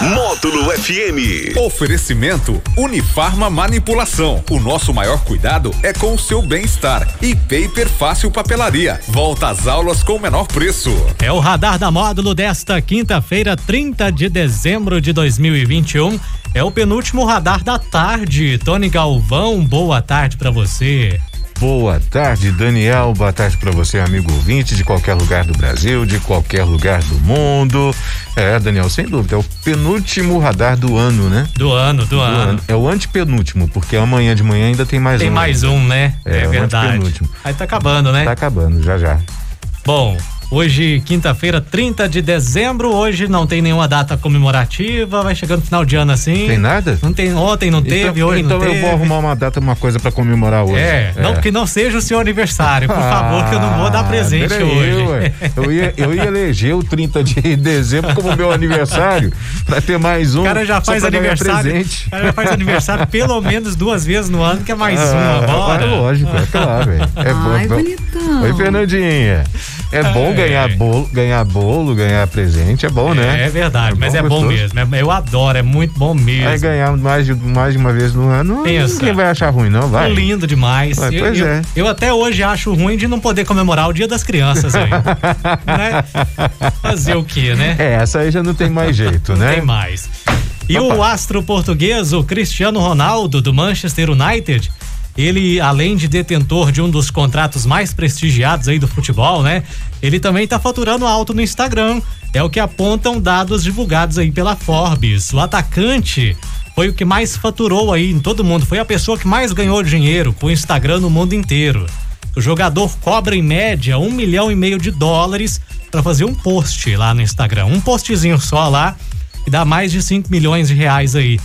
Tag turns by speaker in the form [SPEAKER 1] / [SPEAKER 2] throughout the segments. [SPEAKER 1] Módulo FM.
[SPEAKER 2] Oferecimento Unifarma Manipulação. O nosso maior cuidado é com o seu bem-estar. E Paper Fácil Papelaria. Volta às aulas com o menor preço.
[SPEAKER 3] É o radar da módulo desta quinta-feira, 30 de dezembro de 2021. É o penúltimo radar da tarde. Tony Galvão, boa tarde para você.
[SPEAKER 4] Boa tarde, Daniel. Boa tarde para você, amigo ouvinte de qualquer lugar do Brasil, de qualquer lugar do mundo. É, Daniel, sem dúvida, é o penúltimo radar do ano, né?
[SPEAKER 3] Do ano, do, ano.
[SPEAKER 4] É o antepenúltimo, porque amanhã de manhã ainda tem mais
[SPEAKER 3] Tem
[SPEAKER 4] um.
[SPEAKER 3] mais
[SPEAKER 4] né?
[SPEAKER 3] um, né?
[SPEAKER 4] É, o
[SPEAKER 3] verdade.
[SPEAKER 4] antepenúltimo.
[SPEAKER 3] Aí tá acabando, né?
[SPEAKER 4] Tá acabando, já já.
[SPEAKER 3] Bom, hoje, quinta-feira, 30 de dezembro, hoje não tem nenhuma data comemorativa, vai chegando final de ano assim.
[SPEAKER 4] Tem nada?
[SPEAKER 3] Não tem, ontem não teve,
[SPEAKER 4] então
[SPEAKER 3] hoje
[SPEAKER 4] então
[SPEAKER 3] não
[SPEAKER 4] eu
[SPEAKER 3] teve.
[SPEAKER 4] vou arrumar uma data, uma coisa para comemorar hoje.
[SPEAKER 3] É, não que não seja o seu aniversário, por favor, que eu não vou dar
[SPEAKER 4] Ah,
[SPEAKER 3] presente
[SPEAKER 4] peraí,
[SPEAKER 3] hoje.
[SPEAKER 4] ué. Eu ia, eu ia eleger o 30 de dezembro como meu aniversário, pra ter mais um.
[SPEAKER 3] O cara já
[SPEAKER 4] só
[SPEAKER 3] faz
[SPEAKER 4] pra ganhar
[SPEAKER 3] aniversário.
[SPEAKER 4] Presente.
[SPEAKER 3] O cara já faz aniversário pelo menos duas vezes no ano, que é mais
[SPEAKER 4] Ah,
[SPEAKER 3] um agora.
[SPEAKER 4] É lógico, é claro, velho. É
[SPEAKER 5] Ai,
[SPEAKER 4] bom.
[SPEAKER 5] bonitão.
[SPEAKER 4] Oi, Fernandinha. É bom ganhar bolo, ganhar bolo, ganhar presente, é bom, né?
[SPEAKER 3] É verdade, mas é bom
[SPEAKER 4] gostoso.
[SPEAKER 3] mesmo. é- Eu adoro, é muito bom mesmo.
[SPEAKER 4] Aí ganhar mais de, mais de uma vez no ano,
[SPEAKER 3] Pensa.
[SPEAKER 4] ninguém vai achar ruim, não, vai.
[SPEAKER 3] É lindo demais.
[SPEAKER 4] Ué,
[SPEAKER 3] eu,
[SPEAKER 4] pois
[SPEAKER 3] eu-
[SPEAKER 4] é.
[SPEAKER 3] eu até hoje acho ruim de não poder comemorar o Dia das Crianças aí. né? Fazer o quê, né?
[SPEAKER 4] É, essa aí já não tem mais jeito, né?
[SPEAKER 3] Tem mais. E o
[SPEAKER 4] Opa.
[SPEAKER 3] astro português, o Cristiano Ronaldo, do Manchester United, ele, além de detentor de um dos contratos mais prestigiados aí do futebol, né? Ele também tá faturando alto no Instagram. É o que apontam dados divulgados aí pela Forbes. O atacante foi o que mais faturou aí em todo mundo. Foi a pessoa que mais ganhou dinheiro com o Instagram no mundo inteiro. O jogador cobra em média um milhão e meio de dólares para fazer um post lá no Instagram. Um postzinho só lá e dá mais de 5 milhões de reais aí.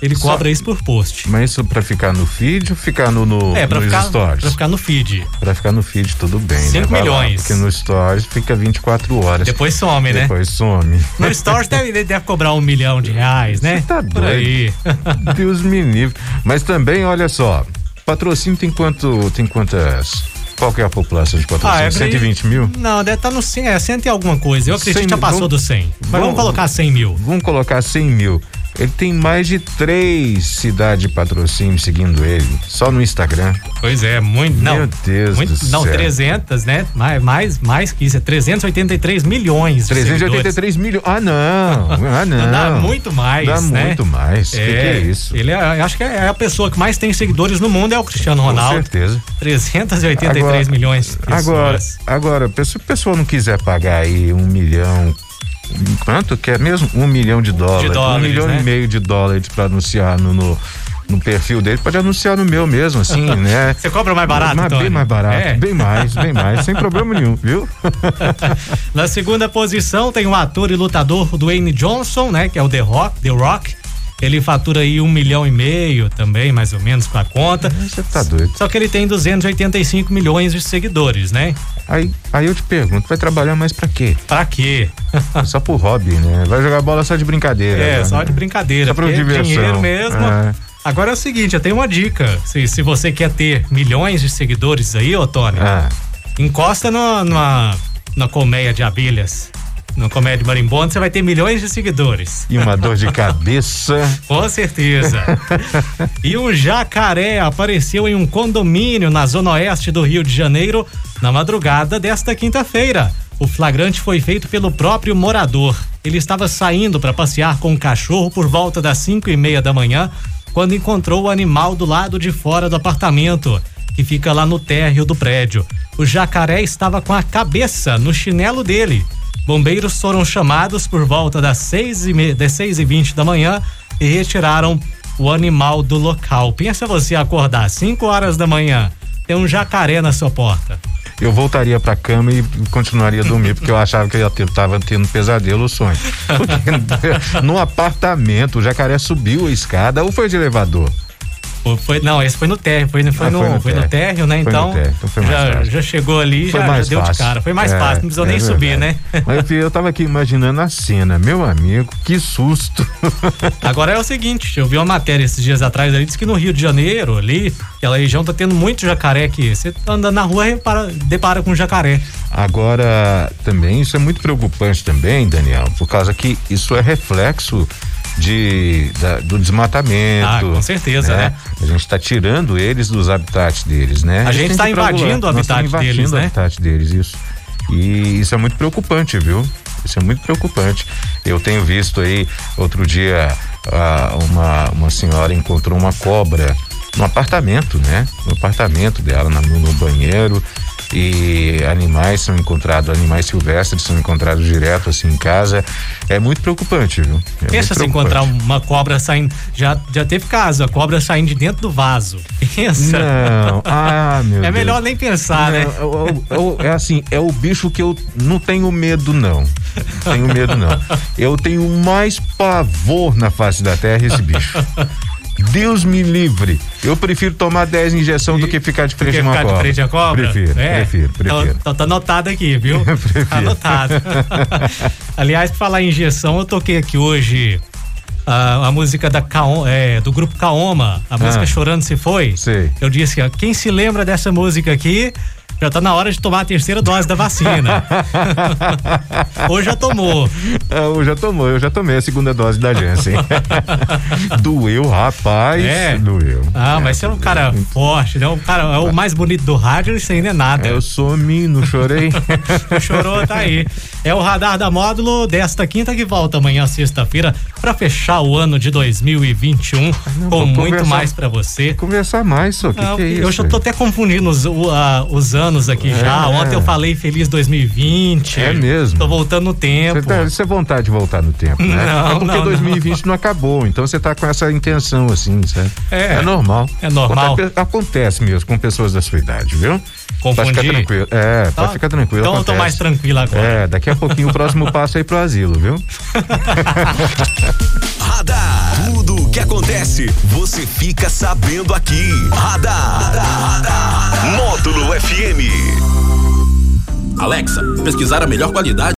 [SPEAKER 3] Ele cobra isso por post.
[SPEAKER 4] Mas isso pra ficar no feed ou ficar no, no
[SPEAKER 3] É, pra
[SPEAKER 4] nos
[SPEAKER 3] ficar,
[SPEAKER 4] stories?
[SPEAKER 3] pra ficar no feed.
[SPEAKER 4] Pra ficar no feed, tudo bem. né?
[SPEAKER 3] Cinco
[SPEAKER 4] Vai lá,
[SPEAKER 3] milhões.
[SPEAKER 4] porque no stories fica 24 horas.
[SPEAKER 3] Depois some, né?
[SPEAKER 4] Depois some.
[SPEAKER 3] No Stories deve, ele deve cobrar um milhão de reais, né?
[SPEAKER 4] Você tá
[SPEAKER 3] Por aí.
[SPEAKER 4] Deus me livre. Mas também, olha só, patrocínio tem quanto, tem quantas, qual que é a população de patrocínio?
[SPEAKER 3] acredito-
[SPEAKER 4] 120 mil?
[SPEAKER 3] Não, deve estar no 100, é, 100 e alguma coisa. Eu acredito
[SPEAKER 4] 100
[SPEAKER 3] que já
[SPEAKER 4] mil,
[SPEAKER 3] passou
[SPEAKER 4] vamos-
[SPEAKER 3] do 100. Mas vamos,
[SPEAKER 4] vamos-
[SPEAKER 3] colocar 100 mil.
[SPEAKER 4] Vamos colocar 100 mil. Ele tem mais de três cidades de patrocínio seguindo ele, só no Instagram.
[SPEAKER 3] Pois é, muito. Não,
[SPEAKER 4] Meu Deus
[SPEAKER 3] muito,
[SPEAKER 4] do
[SPEAKER 3] Não,
[SPEAKER 4] céu.
[SPEAKER 3] 300, né? Mais, mais, mais que isso, é 383 milhões. de seguidores.
[SPEAKER 4] 383 milhões. Ah, não. Ah, não.
[SPEAKER 3] Dá muito mais,
[SPEAKER 4] Dá
[SPEAKER 3] né?
[SPEAKER 4] muito mais. O que, que é isso?
[SPEAKER 3] Ele é- eu acho que é a pessoa que mais tem seguidores no mundo é o Cristiano
[SPEAKER 4] Com
[SPEAKER 3] Ronaldo.
[SPEAKER 4] certeza.
[SPEAKER 3] 383
[SPEAKER 4] Agora-
[SPEAKER 3] milhões. de pessoas.
[SPEAKER 4] Agora,
[SPEAKER 3] é
[SPEAKER 4] agora, se a pessoa não quiser pagar aí um milhão, quanto que é mesmo? Um milhão de dólares. um
[SPEAKER 3] dólares,
[SPEAKER 4] milhão
[SPEAKER 3] né?
[SPEAKER 4] e meio de dólares para anunciar no, no, no perfil dele, pode anunciar no meu mesmo, assim, né?
[SPEAKER 3] Você compra mais É barato,
[SPEAKER 4] Mas
[SPEAKER 3] Tony?
[SPEAKER 4] bem mais barato,
[SPEAKER 3] É.
[SPEAKER 4] bem mais, bem mais, sem problema nenhum, viu?
[SPEAKER 3] Na segunda posição tem o ator e lutador Dwayne Johnson, né? Que é o The Rock. The Rock. Ele fatura aí um milhão e meio também, mais ou menos, com a conta.
[SPEAKER 4] Você tá doido.
[SPEAKER 3] Só que ele tem 285 milhões de seguidores, né?
[SPEAKER 4] Aí, aí eu te pergunto, vai trabalhar mais pra quê?
[SPEAKER 3] Pra quê?
[SPEAKER 4] Só pro hobby, né? Vai jogar bola só de brincadeira.
[SPEAKER 3] Ah. É,
[SPEAKER 4] né?
[SPEAKER 3] só de brincadeira.
[SPEAKER 4] Só pra
[SPEAKER 3] porque é
[SPEAKER 4] diversão.
[SPEAKER 3] dinheiro mesmo.
[SPEAKER 4] É.
[SPEAKER 3] Agora é o seguinte, eu tenho uma dica. Se, se você quer ter milhões de seguidores aí, ô Tony,
[SPEAKER 4] Ah,
[SPEAKER 3] encosta no, numa, na colmeia de abelhas. Na colmeia de marimbondo, você vai ter milhões de seguidores.
[SPEAKER 4] e uma dor de cabeça.
[SPEAKER 3] Com certeza. e um jacaré apareceu em um condomínio na zona oeste do Rio de Janeiro na madrugada desta quinta-feira. O flagrante foi feito pelo próprio morador. Ele estava saindo para passear com o cachorro por volta das cinco e meia da manhã, quando encontrou o animal do lado de fora do apartamento, que fica lá no térreo do prédio. O jacaré estava com a cabeça no chinelo dele. Bombeiros foram chamados por volta das 6 e, me... das 6 e 20 da manhã e retiraram o animal do local. Pensa você acordar às 5 horas da manhã, tem um jacaré na sua porta.
[SPEAKER 4] eu voltaria pra cama e continuaria a dormir, porque eu achava que eu ia ter- tava tendo pesadelo ou sonho. Porque no apartamento, o jacaré subiu a escada ou foi de elevador?
[SPEAKER 3] Foi, foi- não, esse foi no térreo, foi, no- foi
[SPEAKER 4] Ah,
[SPEAKER 3] no,
[SPEAKER 4] foi no
[SPEAKER 3] foi no térreo,
[SPEAKER 4] térreo.
[SPEAKER 3] né?
[SPEAKER 4] Foi no
[SPEAKER 3] Então,
[SPEAKER 4] térreo, então foi mais
[SPEAKER 3] já,
[SPEAKER 4] fácil.
[SPEAKER 3] já chegou ali,
[SPEAKER 4] Foi
[SPEAKER 3] já, já
[SPEAKER 4] mais
[SPEAKER 3] deu de
[SPEAKER 4] fácil.
[SPEAKER 3] cara. Foi mais
[SPEAKER 4] É,
[SPEAKER 3] fácil, não precisou
[SPEAKER 4] é
[SPEAKER 3] nem subir, né?
[SPEAKER 4] verdade. Mas eu tava aqui imaginando a cena, meu amigo, que susto.
[SPEAKER 3] Agora é o seguinte, eu vi uma matéria esses dias atrás ali, diz que no Rio de Janeiro, ali, aquela região tá tendo muito jacaré aqui. Você anda na rua e repara- depara com um jacaré.
[SPEAKER 4] Agora, também, isso é muito preocupante também, Daniel, por causa que isso é reflexo de, da- do desmatamento.
[SPEAKER 3] Ah, com certeza, né?
[SPEAKER 4] A gente está tirando eles dos habitats deles, né?
[SPEAKER 3] A
[SPEAKER 4] Eles
[SPEAKER 3] gente
[SPEAKER 4] têm
[SPEAKER 3] tá
[SPEAKER 4] que regular.
[SPEAKER 3] invadindo o
[SPEAKER 4] Nós estamos
[SPEAKER 3] habitat
[SPEAKER 4] invadindo
[SPEAKER 3] deles,
[SPEAKER 4] o
[SPEAKER 3] né?
[SPEAKER 4] habitat deles, isso. E isso é muito preocupante, viu? Isso é muito preocupante. Eu tenho visto aí, outro dia, ah, uma, uma senhora encontrou uma cobra no apartamento, né? No apartamento dela, na- no, banheiro. E animais são encontrados, animais silvestres são encontrados direto assim em casa. É muito preocupante, viu? É
[SPEAKER 3] Pensa
[SPEAKER 4] muito
[SPEAKER 3] se encontrar
[SPEAKER 4] preocupante.
[SPEAKER 3] uma cobra saindo. Já, já teve caso, a cobra saindo de dentro do vaso. Pensa.
[SPEAKER 4] Não, ah, meu
[SPEAKER 3] um é
[SPEAKER 4] Deus.
[SPEAKER 3] melhor nem pensar, né?
[SPEAKER 4] Não, eu- eu- eu- é assim, é o bicho que eu não tenho medo, não. Não Tenho medo, não. Eu tenho mais pavor na face da terra esse bicho. Deus me livre. Eu prefiro tomar 10 injeções do que ficar de frente
[SPEAKER 3] Quer
[SPEAKER 4] a uma
[SPEAKER 3] ficar
[SPEAKER 4] cobra.
[SPEAKER 3] de frente à cobra?
[SPEAKER 4] Prefiro,
[SPEAKER 3] É.
[SPEAKER 4] prefiro,
[SPEAKER 3] Então,
[SPEAKER 4] prefiro.
[SPEAKER 3] Tá, tá anotado aqui, viu? Tá anotado. Aliás, pra falar em injeção, eu toquei aqui hoje a, a música da Kaon- é, do grupo Kaoma, a música
[SPEAKER 4] Ah.
[SPEAKER 3] Chorando Se Foi.
[SPEAKER 4] Sei.
[SPEAKER 3] Eu disse, ó, quem se lembra dessa música aqui, já tá na hora de tomar a terceira dose da vacina. Ou já tomou.
[SPEAKER 4] Ah, Eu já tomou, eu já tomei a segunda dose da Janssen. doeu, rapaz.
[SPEAKER 3] É.
[SPEAKER 4] Doeu.
[SPEAKER 3] Ah, mas você é um cara forte, né? Um cara, é o mais bonito do rádio, isso ainda é nada.
[SPEAKER 4] Eu somi, não chorei.
[SPEAKER 3] Chorou, tá aí. É o radar da módulo desta quinta que volta amanhã, sexta-feira, pra fechar o ano de 2021
[SPEAKER 4] Ah, não,
[SPEAKER 3] com
[SPEAKER 4] vamos
[SPEAKER 3] muito
[SPEAKER 4] conversar.
[SPEAKER 3] mais pra você.
[SPEAKER 4] Conversar mais, só que,
[SPEAKER 3] Ah,
[SPEAKER 4] que é isso?
[SPEAKER 3] eu já tô até confundindo os, o- a- os anos aqui já. Ontem eu falei feliz 2020.
[SPEAKER 4] É mesmo.
[SPEAKER 3] Tô voltando no tempo.
[SPEAKER 4] Você tá, isso é vontade de voltar no tempo, né?
[SPEAKER 3] Não,
[SPEAKER 4] é porque
[SPEAKER 3] não, não.
[SPEAKER 4] 2020 não. acabou, então você tá com essa intenção assim, sabe?
[SPEAKER 3] É.
[SPEAKER 4] normal.
[SPEAKER 3] É normal.
[SPEAKER 4] Aconte- Acontece mesmo com pessoas da sua idade, viu?
[SPEAKER 3] Confundir?
[SPEAKER 4] Pode ficar tranquilo. É,
[SPEAKER 3] Tá?
[SPEAKER 4] pode ficar tranquilo.
[SPEAKER 3] Então eu tô
[SPEAKER 4] acontece.
[SPEAKER 3] mais tranquilo agora.
[SPEAKER 4] É, daqui a pouquinho o próximo passo é ir pro asilo, viu?
[SPEAKER 1] Radar. Tudo o que acontece, você fica sabendo aqui. Radar. Módulo FM.
[SPEAKER 5] Alexa, pesquisar a melhor qualidade.